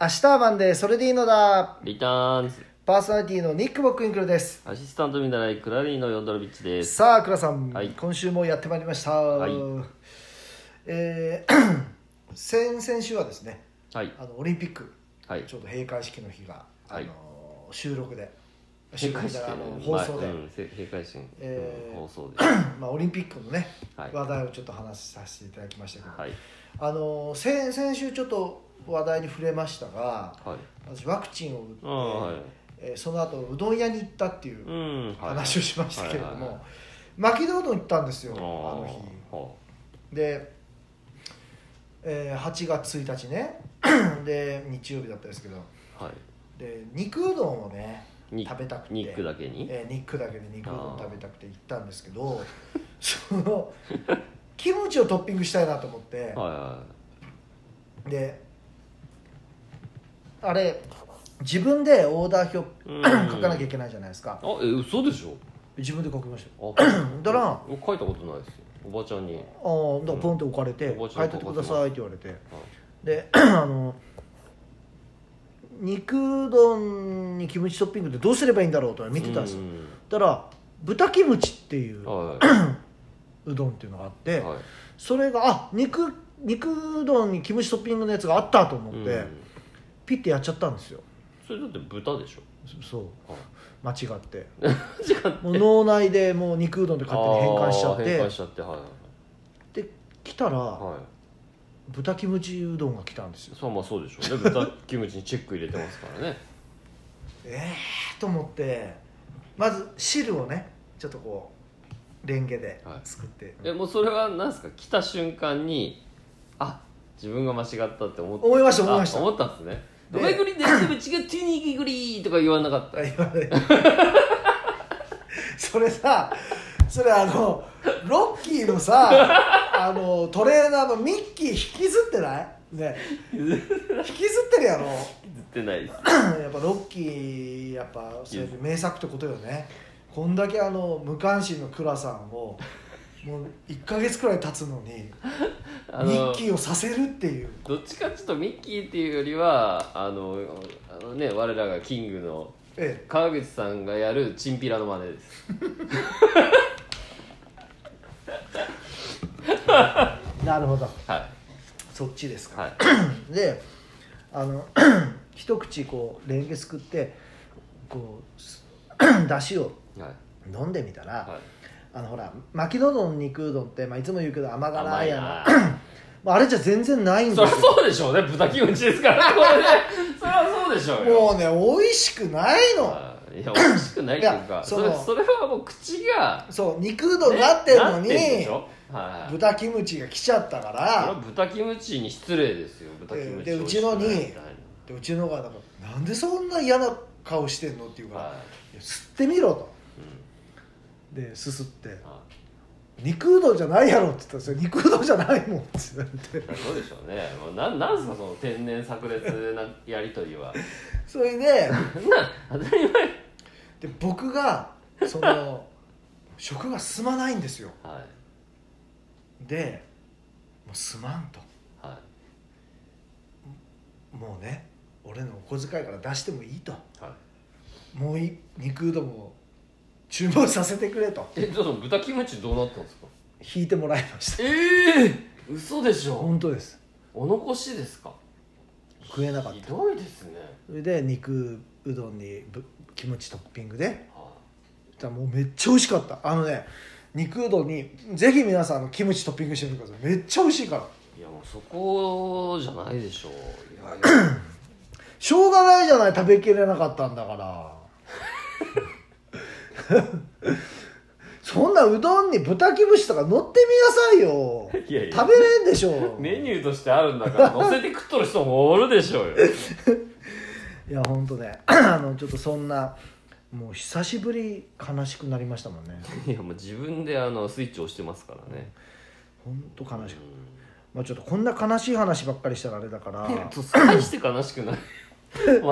明日はマンデーそれでいいのだリターンズパーソナリティのニック・ボックインクルですアシスタント見習いクラリーのヨンドロビッチですさあ倉さん、はい今週もやってまいりました、いえー 先先週はですねはいあのオリンピックはいちょうど閉会式の日が、はいあの収録で収録じゃないあの放送で、まあうんせ閉会式うんえー放送で まあ、オリンピックのね、はい話題をちょっと話させていただきましたけど、はいあの先先週ちょっと話題に触れましたがはい私ワクチンをあ打あって、はいえーその後うどん屋に行ったっていううんはい話をしましたけれどはいはいも牧野うどん行ったんですよああーの日はで、えー8月1日ね で日曜日だったんですけどあはいで肉うどんをねに食べたくて肉だけにえー肉だけで肉うどん食べたくて行ったんですけど そのキムチをトッピングしたいなと思ってはいはであれ自分でオーダー表うん 書かなきゃいけないじゃないですかいあえ嘘でしょ自分で書きま したよあだから僕書いたことないですよおばちゃんにはいあーだからポンって置かれてう「ん書いてってください」って言われてで あの肉うどんにキムチトッピングってどうすればいいんだろうと見てたんですようんだから豚キムチっていうはうどんっていうのがあっいてはい それがあ肉肉うどんにキムチトッピングのやつがあったと思っうてんピッてやっちゃったんですよそれだって豚でしょそそうはい間違って時 間もう脳内でもう肉うどんって勝手に変換しちゃっあー変換てしちゃってはいはいで来たらはい豚キムチうどんが来たんですよそうまあそうでしょうね豚キムチにチェック入れてますからねええー、と思ってまず汁をねちょっとこうレンゲではい作って、 えもうそれは何ですか来た瞬間にあ自分が間違ったって思った思いました思いましたあ思ったんですね「でお前ぐりで全部違うティニギグリ」とか言わなかったあ言わない それさそれあのロッキーの さあのトレーナーのミッキー引きずってないね引きずってるやろ 言ってない ですやっぱロッキーやっぱそれで名作ってことよねこんだけあの無関心の倉さんをもう1か月くらい経つのにあミのッキーをさせるっていうどっちかちょっとミッキーっていうよりはあのあのね我らがキングのえ川口さんがやるチンピラの真似ですえなるほどはそっちですいか、はい であの 一口こうレンゲすくってこうす 出汁をはい飲んでみたら、はいあのほら巻きうどん肉うどんって、まあ、いつも言うけど甘辛甘いいやななもうあれじゃ全然ないんですそよりゃそうでしょうね豚キムチですからこれねそりゃそうでしょうよもうね美味しくないのあーいや美味しくないといういかやそそのれそれはもう口がそう肉うどんになってるのなっにてるでしょはい豚キムチが来ちゃったかそれはら豚キムチに失礼ですよ豚キムチでで美味しくなちいのにみたいでうちのがなんかなんでそんな嫌な顔してんのっていうかならは「いや吸ってみろ」というんですすっては肉うどんじゃないやろって言ったんですよ肉うどんじゃないもんって言われていそうでしょうねもうなんなんすかその天然炸裂なやりとりはそれで当たり前で僕がその食が進まないんですよはいでもうすまんとはもうね俺のお小遣いから出してもいいといはいもうい肉うどんを注文させてくれとえじゃあその豚キムチどうなったんですか引いてもらいましたええ嘘でしょ本当ですお残しですか食えなかっひたどいですねそれで肉うどんにぶキムチトッピングではだからもうめっちゃ美味しかったあのね肉うどんにぜひ皆さんあのキムチトッピングしてみてくださいめっちゃ美味しいからいいやもうそこじゃないでしょういやいやしょうがないじゃない食べきれなかったんだから そんなうどんに豚キムチとか乗ってみなさいよいやいや食べれんでしょ メニューとしてあるんだ から乗せて食っとる人もおるでしょうよいやほんとね あのちょっとそんなもう久しぶり悲しくなりましたもんねいやもう自分であのスイッチ押してますからねほんと悲しく、うまあ、ちょっとこんな悲しい話ばっかりしたらあれだ からんと大して悲しくない全く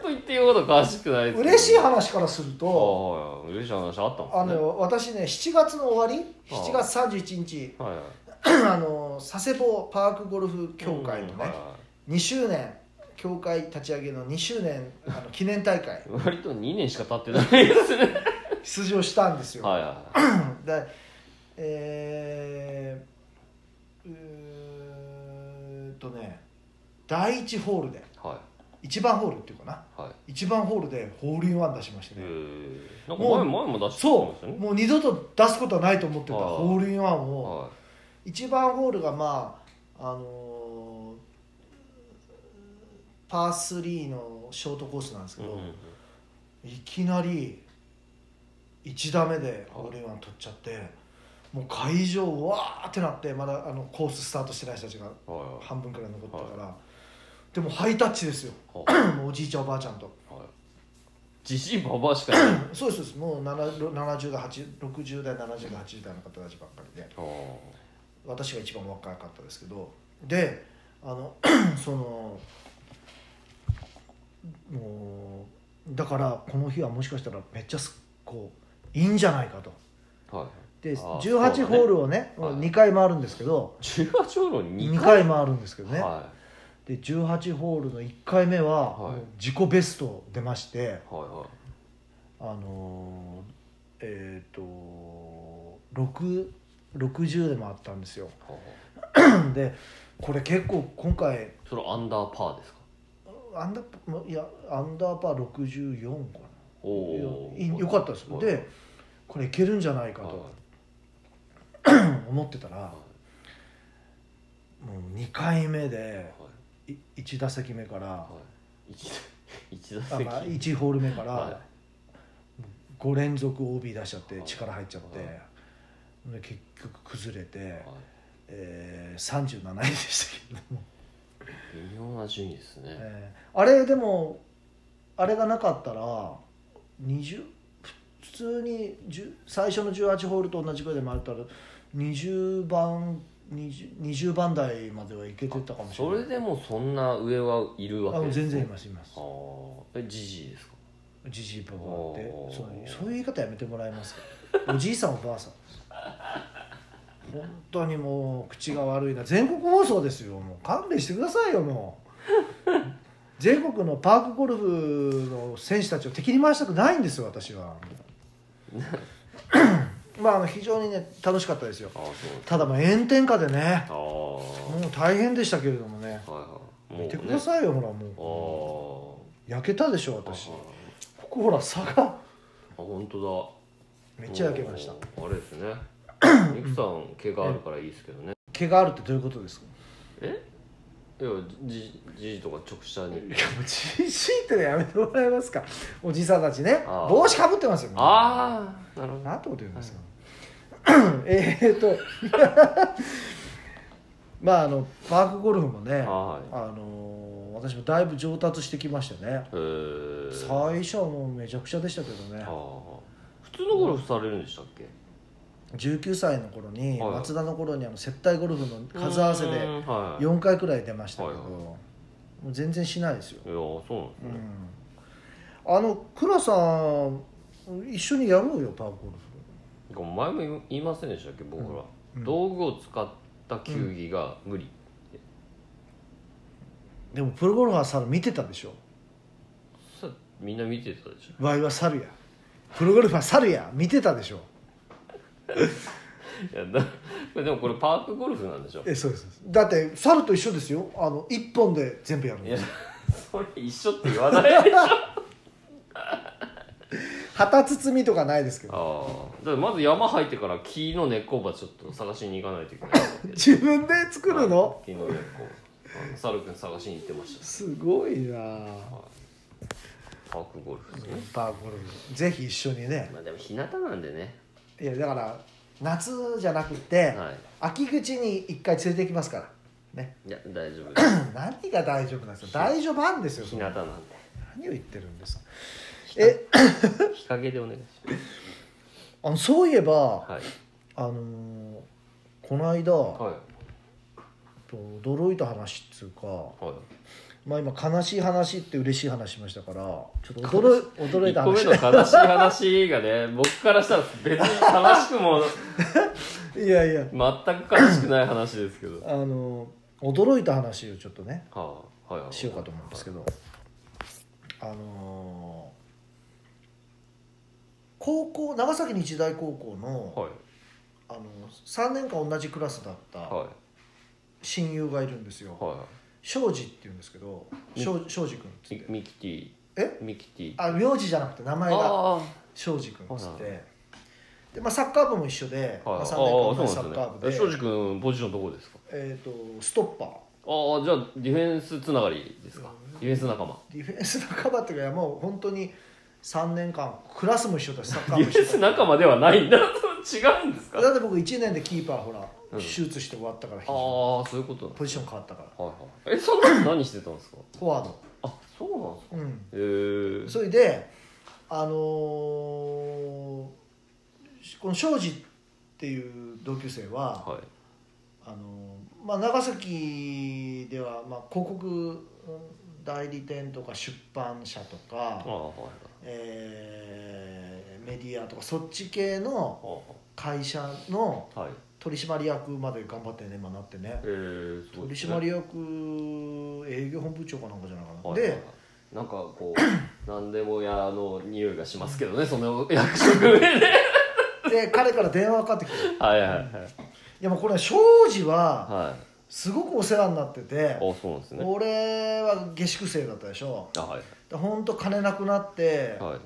と言っていいほど悲しくないです嬉しいあ話からするとあ嬉しい話あったあもんねの私ね7月の終わりああ7月31日 はいはいあの佐世保パークゴルフ協会のねうんはいは2周年協会立ち上げの2周年あの記念大 会割と2年しか経ってないですね 出場したんですよ、はいはいはい でえー、うーんとね第1ホールでは1番ホールっていうかないはい1番ホールでホールインワン出しましてへね、ーなんかも前う前も出してまそしたうねもう二度と出すことはないと思ってたはいホールインワンをは1番ホールがまああのーパー3のショートコースなんですけい、うんど、うんうん、いきなり1打目でホールインワン取っちゃって、もう会場うわーってなってまだあのコーススタートしてない人たちがはいはい半分くらい残ってたから、でもハイタッチですよ もうおじいちゃんおばあちゃんとはいじじいばばあしかいないあそうですそうですもう70 70代80 60代70代80代の方たちばっかりでー私が一番若かったですけどであの そのもうだからこの日はもしかしたらめっちゃすこういいんじゃないかとはいであー18ホールをねそうだねはい2回回るんですけど18ホールに2 2回回回るんですけどねはで18ホールの1回目ははいもう自己ベスト出ましていはあのーえっ、と6 60で回ったんですよ いはいはいでこれ結構今回それアンダーパーですかアンダーパーいやアンダーパー64かおなおいよかったですはいでこれいけるんじゃないかはいと思ってたらもう2回目ではい1打席目からい一一打あ席まあ1ホール目かはいら5連続 OB 出しちゃってはい力入っちゃってはで結局崩れてはえー37位でしたけどもい微妙な順位ですね、えーあれでもあれがなかったら20普通に10最初の18ホールと同じくらいで回ったら20番 20, 20番台まではいけてたかもしれそないれでもそんな上はいるわあけ全然いあますいますあーえじじいですかじじいばばっておーそうそういう言い方やめてもらえます かおじいさんおばあさん本当にもう口が悪いな全国放送ですよもう勘弁してくださいよもう全国のパークゴルフの選手たちを敵に回したくないんですよ私 はまああの非常にね楽しかったですよああそうただもう炎天下でねああもう大変でしたけれどもねはいはいもう見てくださいよ、ほらあもーう焼けたでしょあ私ーここほら差があ本当だめっちゃ焼けましたおーあれです ねミクさん毛があるからいいですけどね毛があるってどういうことですかえいやじじいとか直射にいやもうじじいってのやめてもらえますかおじさんたちねあー帽子かぶってますよああなるほどなんてこと言うんですか、 えーっとまああのパークゴルフもねあはいのー私もだいぶ上達してきましたねへー最初はもうめちゃくちゃでしたけどねあー普通のゴルフされるんでしたっけ19歳の頃にはい松田の頃にあの接待ゴルフの数合わせうでーんはい4回くらい出ましたけど、はいはいもう全然しないですよいやーそうなんですうね、んあの倉さん一緒にやろうよパークゴルなんか前も言いませんでしたっけ僕ら、フ、うん道具を使った球技が無理、でもプロゴルファー猿見てたでしょさみんな見てたでしわいは猿やプロゴルファー猿や見てたでしょょいやだ でもこれパークゴルフなんでしょえそうですそうですだって猿と一緒ですよあの一本で全部やるんいや ですそれ一緒って言わないでしょ旗包みとかないですけどああだってまず山入ってから木の根っこばちょっと探しに行かないといけない自分で作るの、はい木の根っこあのサルくん探しに行ってましたすごいなあパークゴルフですね、パークゴルフぜひ一緒にねまあでも日向なんでねいやだから夏じゃなくて、は秋口に一回連れてきますからねいいや大丈夫です何が大丈夫なんですか大丈夫なんですよ日向なんで何を言ってるんですかえ日陰でお願いしあのそういえば、ますはいあのーこの間、はいと驚いた話っつうか、はいまあ、今悲しい話って嬉しい話しましたからちょっと悲驚い驚い1た個目話の悲しい話がね 僕からしたら別に悲しくもいやいや全く悲しくない話ですけどはあのー驚いた話をちょっとねあはいはいしようかと思うんですけどあのー高校長崎日大高校の,、はいあの3年間同じクラスだったはい親友がいるんですよ、は庄司っていうんですけどみ庄庄司君っつっいてミミキティえミキティあ名字じゃなくて名前があ庄司君っつっはてで、まあ、サッカー部も一緒で、あはいまあ、ああ3そう年な間同じサッんですカー部でね庄司君ポジションどこですかえー、とストッパーああじゃあディフェンスつながりですかディフェンス 仲間ディフェンス仲間っていうかもう本当に3年間クラスも一緒だしサッカーデもィ一フ緒だしェンス仲間ではないんだ 違うんですかあだって僕1年でキーパーほら、うん手術して終わったからあそういうことなんポジション変わったからはいはいえそんなの何してたんですかフォワードあそうなんですかうんへえそれであのーこの庄司っていう同級生は、はいあのーまあ、長崎では、まあ、広告代理店とか出版社とあか、あはいはいえーメディアとかそっち系のあ会社のあはいへ取締役まで頑張ってね今なってねえー、すご取いですね締役営業本部長かなんかじゃないかな、はいはいはいでなんかこう 何でも屋の匂いがしますけどねその役職上でで彼から電話がかかってきて「いはいはいはいやもうこれ庄司ははいすごくお世話になっててあそうなんですね俺は下宿生だったでしょあはいでほんと金なくなって、はい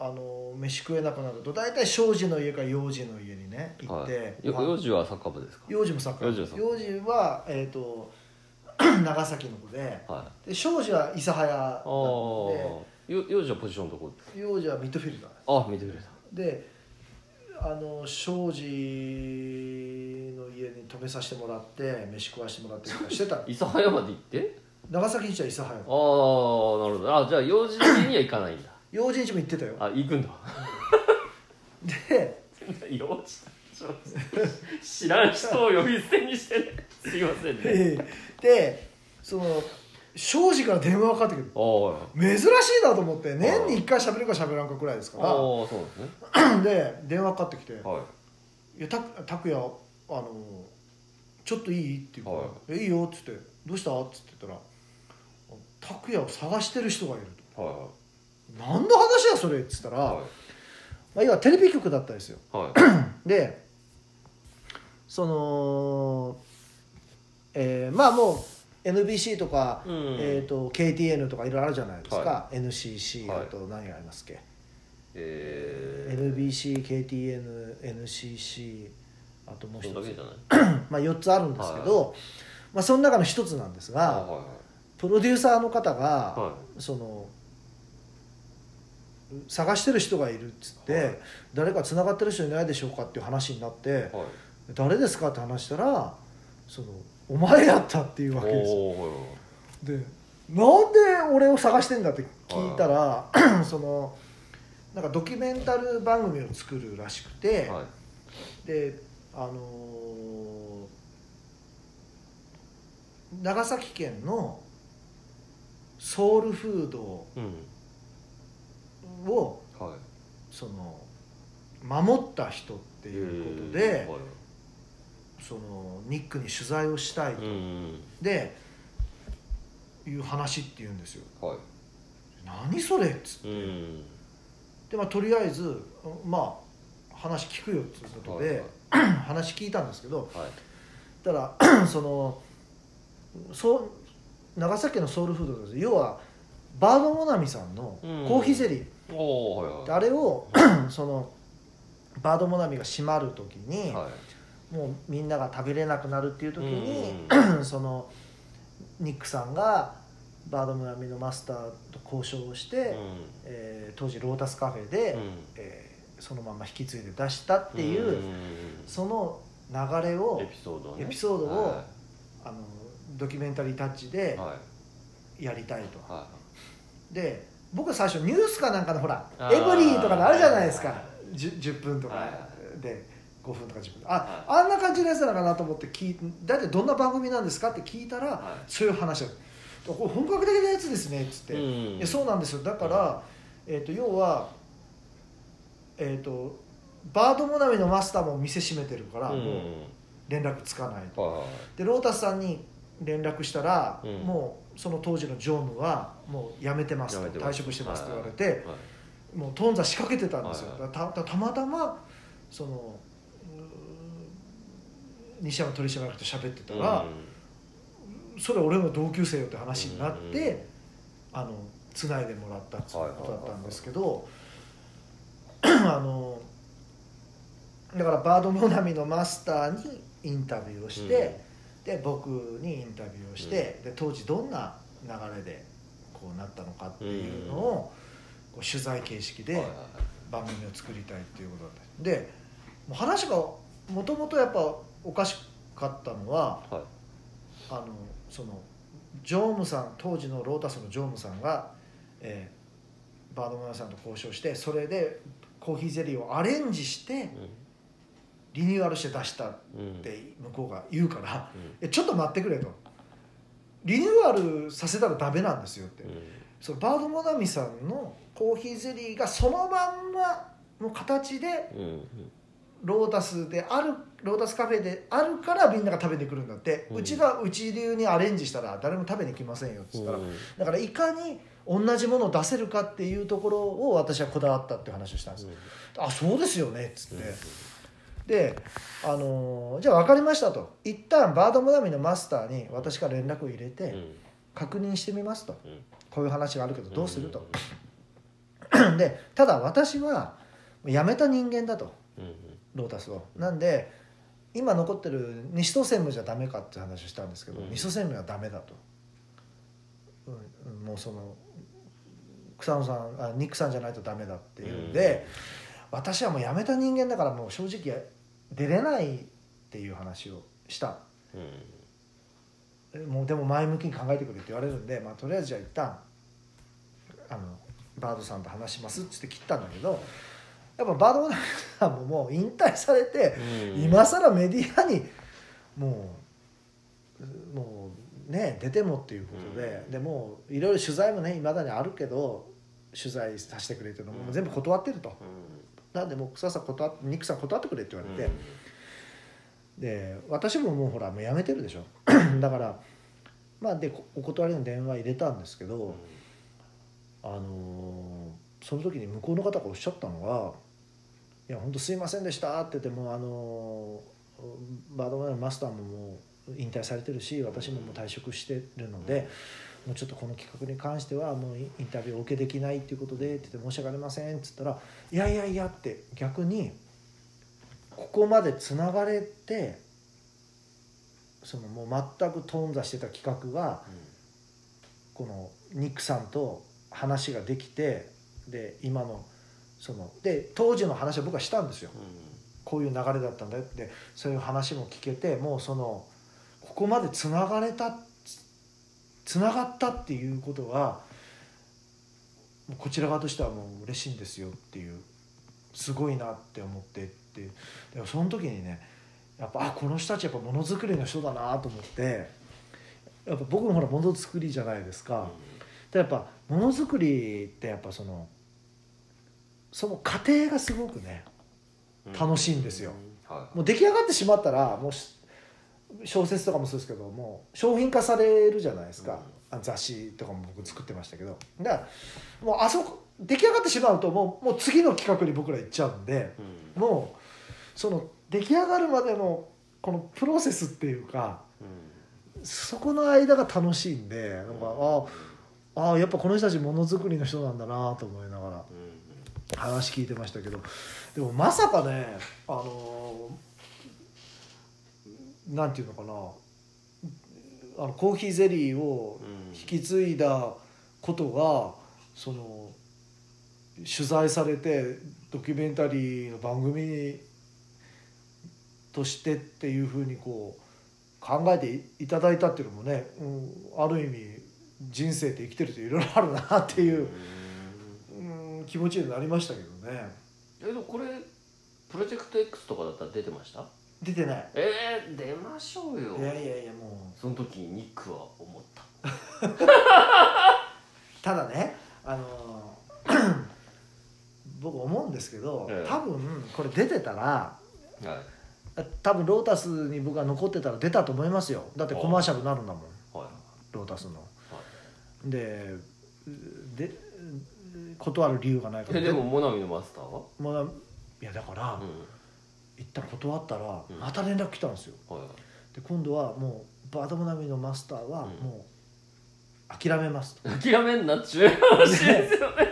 あの飯食えなくなると大体庄司の家か幼児の家にね行っはいて、よまあ幼児はサッカー部ですか幼児もサッカ幼児もサーッカー幼児は、えー、と 長崎の子ではいで庄司は諫早だっああたのよ幼児はポジションどこで幼児はミッドフィルダーあ見てくれたであの庄司の家に泊めさせてもらって飯食わしてもらって とかしてた諫早まで行って長崎市は諫早ああなるほどあじゃあ幼児の家には行かないんだ幼児市も行ってたよあ行くんだ で幼児知らん人を呼び捨てにしてねすいませんねえーでその庄司から電話がかかってくるああはい珍しいなと思って年に1回喋るか喋らんかくらいですあかあらそうなんですね で電話かかってきてはいいやた拓也あのちょっといいって言うからはい「えいいよ」っつって「どうした?」っつって言ったら「拓也を探してる人がいる」とはいは「何の話やそれ」っつったら、いはいまあ、要はテレビ局だったんですよは いでその、えーまあもう NBC とか、うんえー、と KTN とかいろいろあるじゃないですか、は NCC はいあと何がありますっけ、えー NBCKTNNCC あともう一そんだけつじゃない まあ、4つあるんですけど、まあ、その中の1つなんですあがはいプロデューサーの方が、はその探してる人がいるっつって、はい誰か繋がってる人いないでしょうかっていう話になって、いはい誰ですかって話したらそのお前やったっていうわけですよおおでなんで俺を探してんだって聞いたら、 そのなんかドキュメンタル番組を作るらしくて、はいはいであのー長崎県のソウルフードうんをはその守った人っていいうことえでーはいそのニックに取材をしたいとうんうんでいう話って言うんですよはい何それっつって、うんでまあとりあえずまあ話聞くよっつうことで、話聞いたんですけどはいたら そのそう長崎のソウルフードです要はバード・モナミさんのうんコーヒーゼリー、おおはいはいであれを そのバード・モナミが閉まる時に、はいもうみんなが食べれなくなるっていう時に、そのニックさんがバードムナミのマスターと交渉をして、うえー当時ロータスカフェで、んうんえーそのまま引き継いで出したっていう、んその流れをエピソードねエピソードをはあのドキュメンタリータッチいではやりたいと。いはで僕は最初ニュースかなんかのほらあーエブリーとかのあるじゃないですかはいはじゅ 10, 分とはかいはで5分とか10分ああんな感じのやつなのかなと思って聞いだってどんな番組なんですかって聞いたら、はそういう話だこれ本格的なやつですねっつって、いいうんやそうなんですよだから、えー、と要はえっ、とバードモナミのマスターも店閉めてるから、うんもう連絡つかないとはいはいでロータスさんに連絡したら、うんもうその当時の常務はもう辞めてますやとめてま退す職してますって言われて、はいもう頓挫しかけてたんですよ、はいはたたたまたまそのうー西山取締役と喋ってたら、それ俺の同級生よって話になって、うんうんあの繋いでもらったっていうことだったんですけど、 あのだからバードモナミのマスターにインタビューをして、で僕にインタビューをして、で当時どんな流れでこうなったのかっていうのを、こう取材形式ではいはいはい番組を作りたいっていうことだったでもう話がもともとやっぱおかしかったのははいあのその常務さん当時のロータスの常務さんが、えーバードマンさんと交渉してそれでコーヒーゼリーをアレンジしてリニューアルして出したっうんうんて向こうが言うから。うえちょっと待ってくれとリニューアルさせたらダメなんですよって、んそのバードモナミさんのコーヒーゼリーがそのまんまの形でうんうんロータスであるロータスカフェであるからみんなが食べに来るんだって、ううんちがうち流にアレンジしたら誰も食べに来ませんよって言ったら、うんだからいかに同じものを出せるかっていうところを私はこだわったっていう話をしたんです、あそうですよねっつって、で、あのーじゃあ分かりましたと一旦バードモナミのマスターに私から連絡を入れて、うん確認してみますとうんこういう話があるけどどうすると、んでただ私は辞めた人間だとうんうんロータスをなんで今残ってる西戸専務じゃダメかって話をしたんですけど、うん西戸専務はダメだと、うんうんもうその草野さんあニックさんじゃないとダメだっていうんで、私はもう辞めた人間だからもう正直出れないっていう話をしたうんもうでも前向きに考えてくれって言われるんで、まあ、とりあえずじゃあ一旦あのバードさんと話しますっつって切ったんだけどやっぱバードさんももう引退されて、うん今更メディアにもうもうね出てもっていうことで、うんでもういろいろ取材もねいまだにあるけど取材させてくれっていうのももう全部断ってると、なんでもう草さん断っニックさん断ってくれって言われて。で私ももうほらもう辞めてる でしょだからまあでこお断りの電話入れたんですけど、うんあのーその時に向こうの方がおっしゃったのが「いや本当すいませんでした」って言ってもうあのーバードマンのマスターももう引退されてるし私ももう退職してるので、もうちょっとこの企画に関してはもうインタビューをお受けできないっていうことでって言って申し訳ありませんっつったら「いやいやいや」って逆にここまでつながれてそのもう全く頓挫してた企画はこのニックさんと話ができてで今のそので当時の話を僕はしたんですよこういう流れだったんだよってそういう話も聞けてもうそのここまでつながれたつつながったっていうことはもうこちら側としてはもう嬉しいんですよっていうすごいなって思ってってでもその時にねやっぱあこの人たちやっぱものづくりの人だなと思ってやっぱ僕もほらものづくりじゃないですか。でやっぱものづくりってやっぱそのその過程がすごくねうん楽しいんですよはもう出来上がってしまったらもうし小説とかもそうですけどもう商品化されるじゃないですか、あ雑誌とかも僕作ってましたけどだからもうあそこ出来上がってしまうともうもう次の企画に僕ら行っちゃうんでいうんもうその出来上がるまでのこのプロセスっていうかそこの間が楽しいんでなんかあああやっぱこの人たちものづくりの人なんだなと思いながうんら話聞いてましたけどでもまさかねあのーなんていうのかなあのコーヒーゼリーをうん引き継いだことがその取材されてドキュメンタリーの番組としてっていうふうにこう考えていただいたっていうのもね、うん、ある意味人生って生きてるといろいろあるなっていう、うん、気持ちになりましたけどねえでもこれプロジェクト X とかだったら出てました出てないえー、出ましょうよいやいやいやもその時にニックは思ったうただねあの 僕思うんですけどええ多分これ出てたらはい、多分ロータスに僕が残ってたら出たと思いますよだってコマーシャルになるんだもんはロータスのでで断る理由がないかい、えらでもモナミのマスターは、まだいやだから、う一旦断ったらうんまた連絡来たんですよんはい、で今度はもうバードモナミのマスターはうんもう諦めますと、諦めんなっちゅう話ですよね。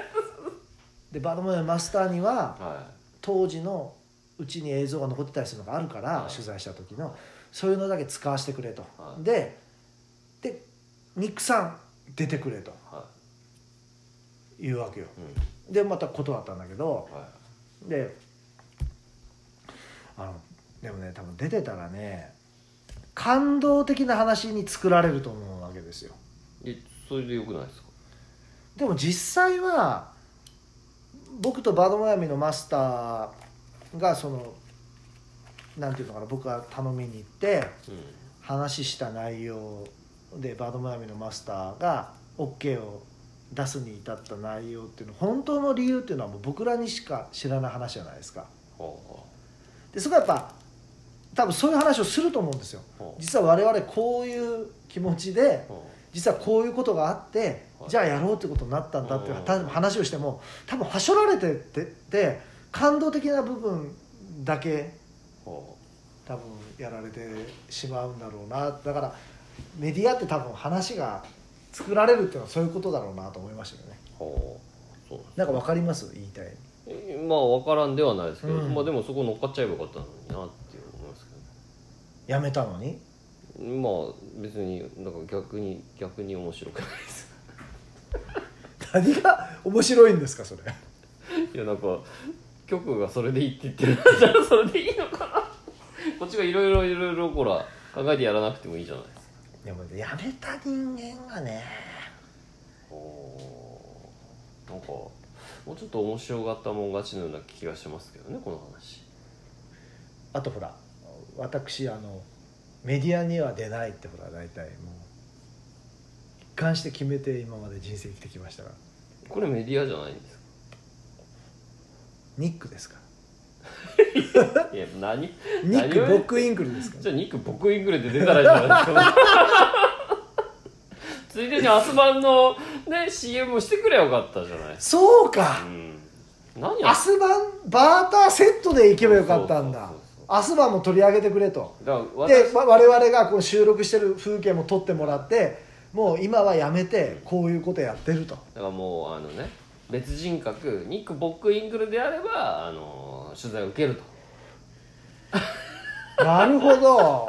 でバードモナミのマスターにはは当時のうちに映像が残ってたりするのがあるから、はい取材した時のそういうのだけ使わせてくれと、はいででニックさん出てくれとい、はいうわけよい、うん、でまた断ったんだけどはであのでもね多分出てたらね感動的な話に作られると思うわけですよい。え、それでよくないですか。でも実際は僕とバードマヤミのマスターがそのなんていうのかな僕が頼みに行ってうん、話した内容でバードマヤミのマスターが OK を出すに至った内容っていうの本当の理由っていうのはもう僕らにしか知らない話じゃないですかはでそこはやっぱ多分そういう話をすると思うんですよあ、はあ、実は我々こういう気持ちでは実はこういうことがあって、はいじゃあやろうってことになったんだっていううん多分話をしても多分はしょられてってって感動的な部分だけあ、は多分やられてしまうんだろうなだからメディアって多分話が作られるっていうのはそういうことだろうなと思いましたよねあ、はあ、そう。なんか分かります言いたいえまあ、わからんではないですけど、うんまあ、でも、そこ乗っかっちゃえばよかったのになって思いますけど。やめたのにまあ別になんか逆に逆に面白くないです 何が面白いんですかそれいやなんか局がそれでいいって言ってるんだったらそれでいいのかなこっちがいろいろいろいろほら考えてやらなくてもいいじゃないですかでもやめた人間がねおーなんかもうちょっと面白がったもん勝ちのような気がしますけどねこの話あとほら私あのメディアには出ないってほら大体もう一貫して決めて今まで人生生きてきましたからこれメディアじゃないんですニックですからかいや何ニッ何をクボックインクルですかじらゃあニック僕イングレで出たらいいじゃないですかついでにアスマンのね CM もしてくればよかったじゃないですかそうかうん何やアっスバンバーターセットで行けばよかったんだそうそうそうそうアスバンも取り上げてくれとだからで私わ我々がこう収録してる風景も撮ってもらってもう今はやめてこういうことやってるとだからもうあのね別人格ニック・ボック・イングルであればあの取材を受けるとなるほ ど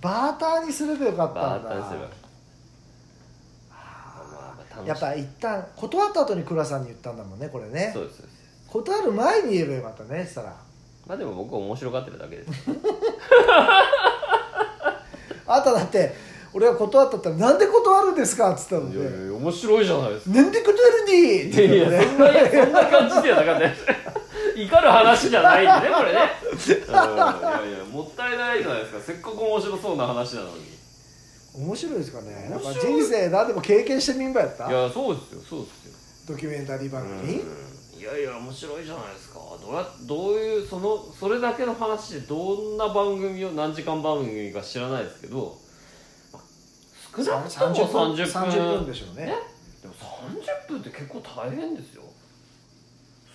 バーターにすればよかったバーんだターにすればまあまあ楽しいやっぱ一旦断った後に倉さんに言ったんだもんねこれねそうですそうです断る前に言えばよかったねって言ったらまあでも僕は面白がってるだけですあんただって俺が断ったったら「なんで断るんですか?」っつったのいやいでや面白いじゃない「ですかなんで断るに!」ってい言やっいたやのね そんなそんな感じではなかったです怒る話じゃないんでねこれねうんいやいやもったいないじゃないですかせっかく面白そうな話なのにい面白いですかねなん面白かい人生何でも経験してみんばやったやそうですよそうですよドキュメンタリー番組いやいや面白いじゃないですかどうやどういうそのそれだけの話でどんな番組を何時間番組か知らないですけどまあ少なくとも30 30分分30分でしょうねねでも30分って結構大変ですよ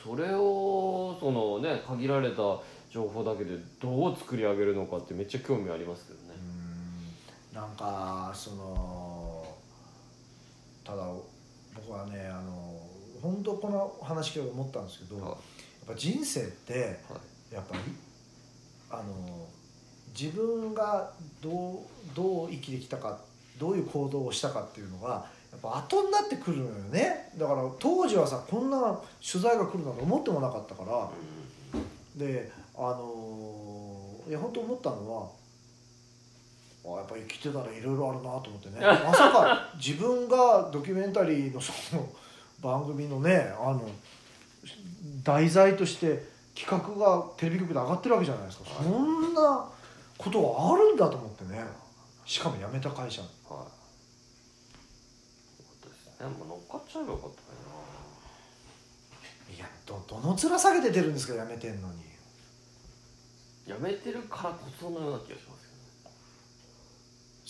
それをそのね限られた情報だけでどう作り上げるのかってめっちゃ興味ありますけどねう、ーんなんかそのただ僕はねあの本当この話今日思ったんですけどやはっぱ人生っていはいやっぱりあの自分がどうどう生きてきたかどういう行動をしたかっていうのがやっぱ後になってくるのよねだから当時はさこんな取材が来るなんて思ってもなかったから。であのーいや本当思ったのはあやっぱ生きてたらいろいろあるなと思ってね まさか自分がドキュメンタリーのその番組のねあの題材として企画がテレビ局で上がってるわけじゃないですか、そんなことがあるんだと思ってねしかも辞めた会社はい。よかったですね。もう乗っかっちゃえばよかったかいやどどの面下げて出るんですか辞めてんのにやめてるからこそのような気がします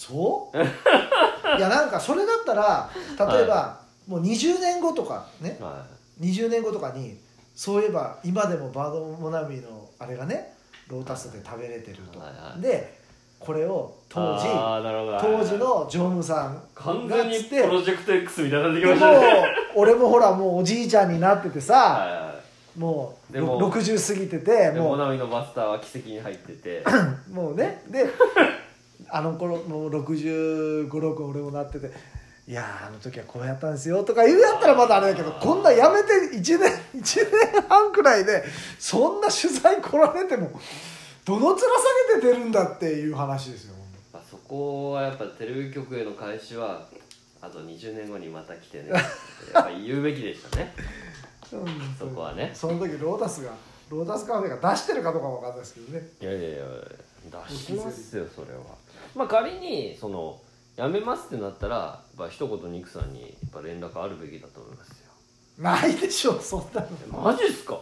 そう いやなんかそれだったら例えば、もう20年後とかねけど、は20年後とかにそういえば今でもバードモナミのあれがねロータスで食べれてると、はいはいでこれをい、当時あーなるほど当時の常務さんが完全つにってプロジェクト X みたいになってきでましもたね俺もほらもうおじいちゃんになっててはさ、いはいもうでもろ60過ぎててでモもナミのバスターは奇跡に入っててうもうね であの頃もう656俺もなってて。いやーあの時はこうやったんですよとか言うやったらまだあれだけどこんなやめて1年1年半くらいでそんな取材来られてもどの面下げて出るんだっていう話ですよまあそこはやっぱテレビ局への返しはあと20年後にまた来て ねってやっぱ言うべきでしたねうんそこはねその時ロータスがロータスカフェが出してるかどうかも分かんないですけどねいやいやいや出しますよそれはまあ仮にそのやめますってなったらやっぱ一言ニクさんにやっぱ連絡あるべきだと思いますよないでしょそんなのえマジっすか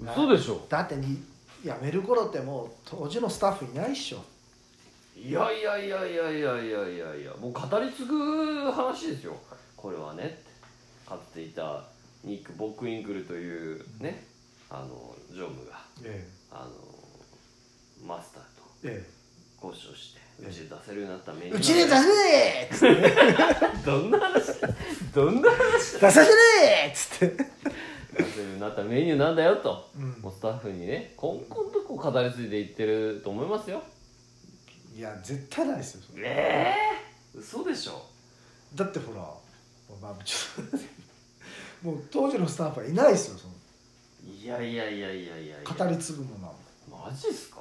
嘘でしょだってに辞める頃ってもう当時のスタッフいないっしょいやいやいやいやいやいやいやいやもう語り継ぐ話ですよこれはねってかつていたニック・ボックインクルというねあの常務がえあのマスターええと交渉してうちで出せるようになったメニューうちで出せねえっつってどんな話どんな話出させねえっつって出せるようになったメニューなんだよとうんもうスタッフにねこんこんとこう語り継いでいってると思いますよいや絶対ないですよそれええ嘘でしょだってほら、 まあ、ちょっともう当時のスタッフはいないですよそのいやいやいやいやいやいや語り継ぐものはマジっすか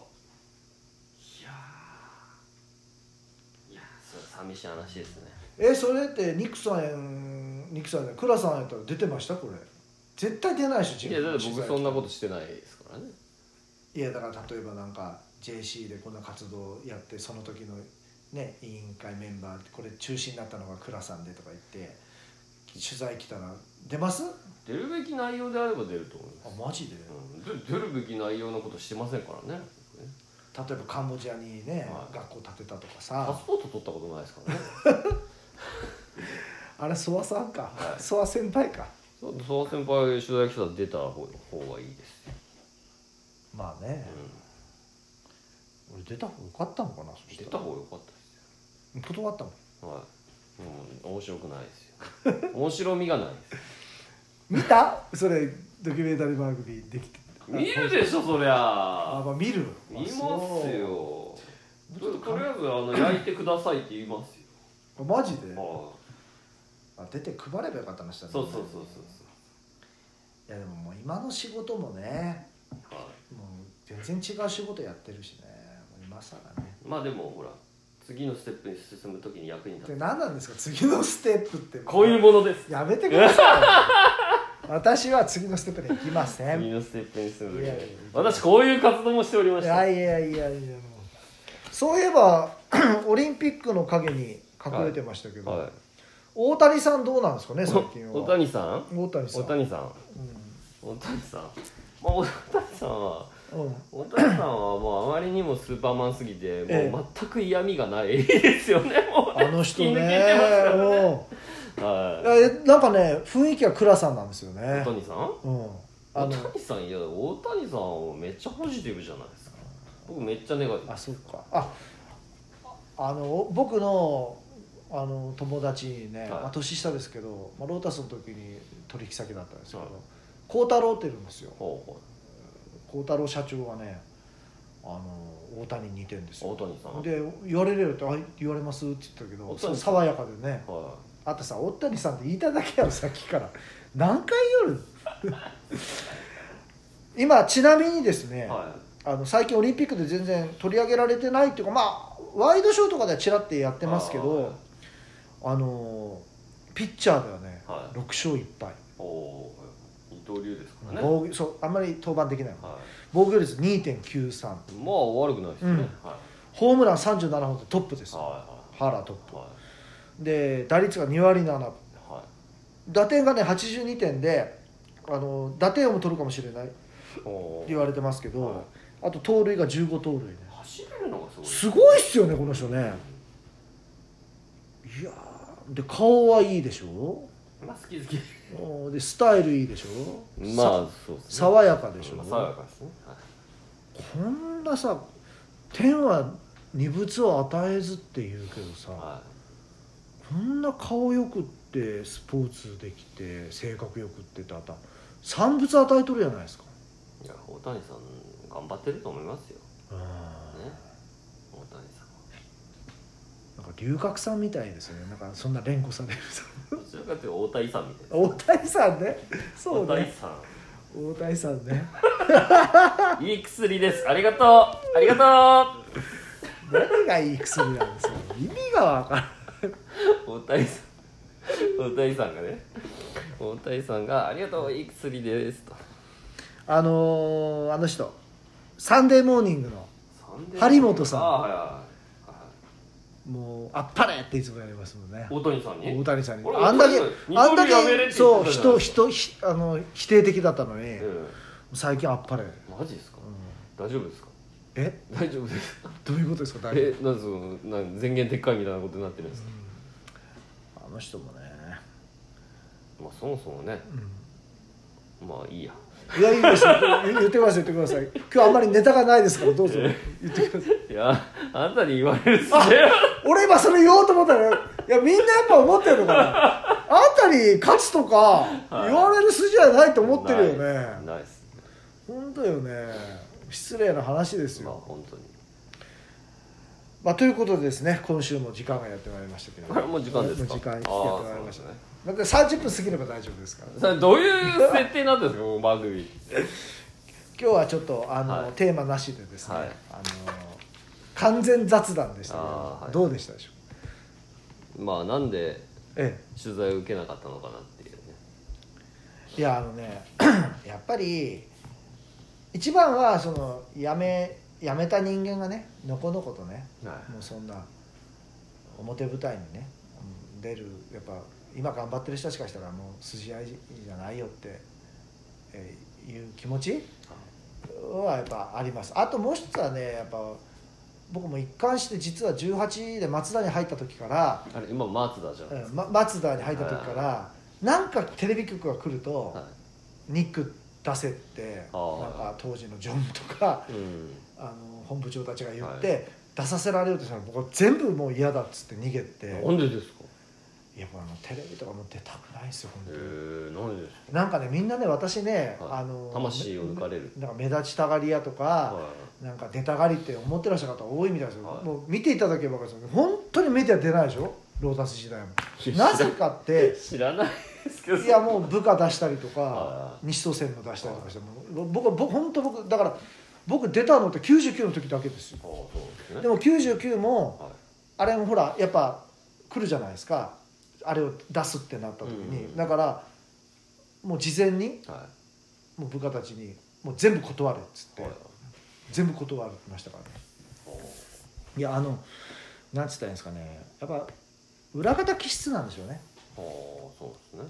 いやーいやーそれ寂しい話ですねえそれってニクさんニクさんじゃないクラさんやったら出てましたこれ絶対出ないでしょ自いや分だのって僕そ取んな材ことしてないですからねいやだから例えばなんか JC でこんな活動やってその時のね委員会メンバーこれ中止になったのが倉さんでとか言って取材来たら出ます出るべき内容であれば出ると思いあますマジでうんで出るべき内容のことしてませんからね例えばカンボジアにね、はい学校建てたとかパさスポート取ったことないですからねあれ諏訪さんかはい諏訪先輩かそう曽我先輩取材来たら出た方方がいいですよ、まあねう俺出た方が良かったのかなそん、し出たたら方が良かったです断ったもんよはいもう面白くないですよ面白みがないです見たそれドキュメンタリー番組できて見るでしょそりゃあ、まあ、見る見ますあそよちょっととりあえずあ の焼いてくださいって言いますようあマジでああ出て配ればよかったのしたあねそうそうそうそういやでももう今の仕事もねそうはもう全然違う仕事やってるしねもう今更ねいまあでもほら次のステップに進むときに役に立でつ何なんですか次のステップってこういうものですやめてください私は次のステップで行きません次いのステップに進むときいやいやに私こういう活動もしておりましたやいやいやいやもうそういえば オリンピックの影に隠れてましたけど、は大谷さんどうなんですかねい最近はお大谷さん大谷さん大谷さん大谷さんまあ大谷さんはうんうん大谷さんはもうあまりにもスーパーマンすぎてえもう全く嫌味がないですよねもうあねの人突き抜けねてますからねうんはいえなんかね雰囲気は倉さんなんですよね大谷さんうんあ大の谷さんいや大谷さんめっちゃポジティブじゃないですか僕めっちゃネガティブあそうかああの僕のあの友達にね、はいまあ、年下ですけど、まあ、ロータスの時に取引先だったんですけどはい孝太郎っていうんですよほうほ孝太郎社長がねあの大谷に似てるんですう大よ谷さんで言われるよってあ言われますって言ったけ大ど谷さん爽やかでねはあとさ大谷さんって言いただけやろさっきから何回言うの 今ちなみにですね、いはあの最近オリンピックで全然取り上げられてないっていうかまあワイドショーとかではちらってやってますけどあのーピッチャーではね、はい6勝1敗、いおおー二刀流ですからね防御そうあんまり登板できないは防御率2.93いまあ悪くないですよねうはホームラン37本でトップでいすは原トッいはプで打率が2割7分いはい打点がね82点であの打点をも取るかもしれないっておー言われてますけど、はいあと盗塁が15盗塁ね走れるのがすごいすごいっすよねこの人ねいやーで顔はいいでしょまあ好き好きおーでスタイルいいでしょさそうですね爽やかでしょまあ爽やかですねはいこんなさ天は二物を与えずって言うけどさ、はこんな顔よくってスポーツできて性格よくってってあた産物与えとるじゃないですかいいや大谷さん頑張ってると思いますよあね大谷さんなんか龍角さんみたいですよねなんかそんな連呼されるさ どちらかというと大谷さんみたいな大谷さんねそう大谷ねさん大谷さんねいい薬です。ありがとう。ありが何がいい薬なんですよ意味がわからんとう。大谷さん。大谷さんがね。大谷さんがありがとう。いい薬ですと。あのー、あの人サンデーモーニングの張本さんああはいはいはいはもうあっぱれっていつもやりますもんねい。大谷さんに。大谷さんに俺あんだけ俺あんだ二刀流やめれっけて言っそうてたじゃない人人ひあの否定的だったのに、うん最近あっぱれ、うんマジですか。大丈夫ですか。え大丈夫ですか。どういうことですか大丈え、なんその、なん、前言撤回みたいなことになってるんですか。夫あの人もね、まあ、そもそもね、まあ、いいや。いやいいですよ言言ってください言ってください今日あんまりネタがないですからどうぞえ言ってくださいいや、あんたに言われるっすね。俺今それ言おうと思ったらいやみんなやっぱ思ってるのかなあんたに勝つとかはい言われる筋じゃないと思ってるよないねないっすね。本当よね失礼な話ですまあ、よ、本当に。まあ、ということでですね今週も時間がやってまいりましたけどあれもう時間ですか。もう時間やってああまいりましそうたなんですねだって30分過ぎれば大丈夫ですからそれどういう設定なんですかこの番組今日はちょっとあの、はいテーマなしでですね、はいあの完全雑談でしたけど、あーはいどうでしたでしょうかまあなんでえ取材を受けなかったのかなっていうねえいやあのね やっぱり一番はその辞め辞めた人間がねのこのことねもうそんな表舞台にねうん出るやっぱ今頑張ってる人しかしたらもう筋合いじゃないよって、えーいう気持ちはやっぱありますあともう一つはねやっぱ僕も一貫して実は18で松田に入った時から、あれ今マツダじゃないですうんま、松田に入った時から、なんかテレビ局が来ると、か、はニック出せってなんあーか当時のジョンとか い、うんあの本部長たちが言って、は出させられるとしたら僕は全部もう嫌だっつって逃げてなんでですかいやもうあのテレビとかもう出たくないですよ本へえ当に。なんでですなんかねみんなね私ね、はいあの魂を抜かれるなんか目立ちたがり屋とか、かはなんか出たがりって思ってらっしゃる方多いみたいですよ、はいもう見ていただければ分かるんですけど本当にメディア出ないでしょロータス時代もいなぜかって知らないですけどいやもう部下出したりとかは西都線の出したりとかしてもう僕は僕本当僕だから僕出たのって99の時だけですよああそうですねでも99もはあれもほらやっぱ来るじゃないですかあれを出すってなった時に、うんだからもう事前にいはもう部下たちにもう全部断れっつっいて、はい全部断りましたからねおいやあのなんつったらいいんですかねやっぱ裏方気質なんでしょうねああそうですね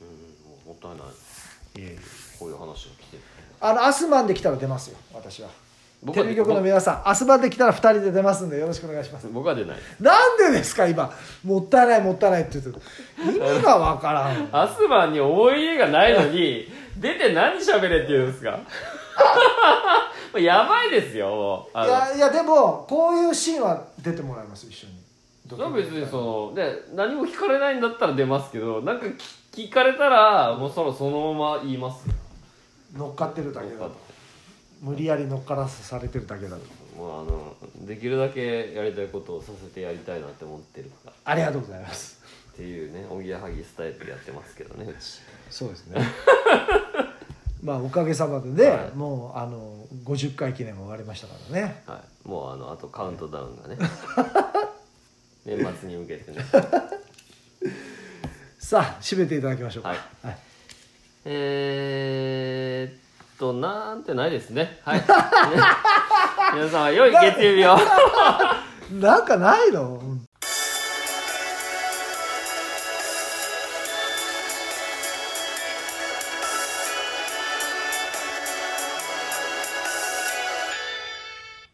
うんもうもったいないいえいえこういう話が来てるあのアスマンで来たら出ますよ私は僕テはレビ局の皆さんアスマンで来たら2人で出ますんでよろしくお願いします僕は出ないなんでですか今もったいないもったいないって言ってる意味がわからんアスマンに思い入れがないの に、出て何喋れって言うんですか もうやばいですよ、もう。い あやいやでもこういうシーンは出てもらいます一緒にのそれは別にその、ね、何も聞かれないんだったら出ますけど、なんか聞聞かれたら、もうそろそのまま言いますよ。乗っかってるだけだと無理やり乗っからされてるだけだともうあの、できるだけやりたいことをさせてやりたいなって思ってるから。っありがとうございますていうね、おぎやはぎスタイルでやってますけどね、うち。そうですね まあおかげさまでね、はいもうあの50回記念も終わりましたからねはい。もうあの、あとカウントダウンがね。年末に向けてね。さあ締めていただきましょうかはいはい、えー、っと、なんてないですね。はい。皆さん、良い月曜日を。なんかないの、うん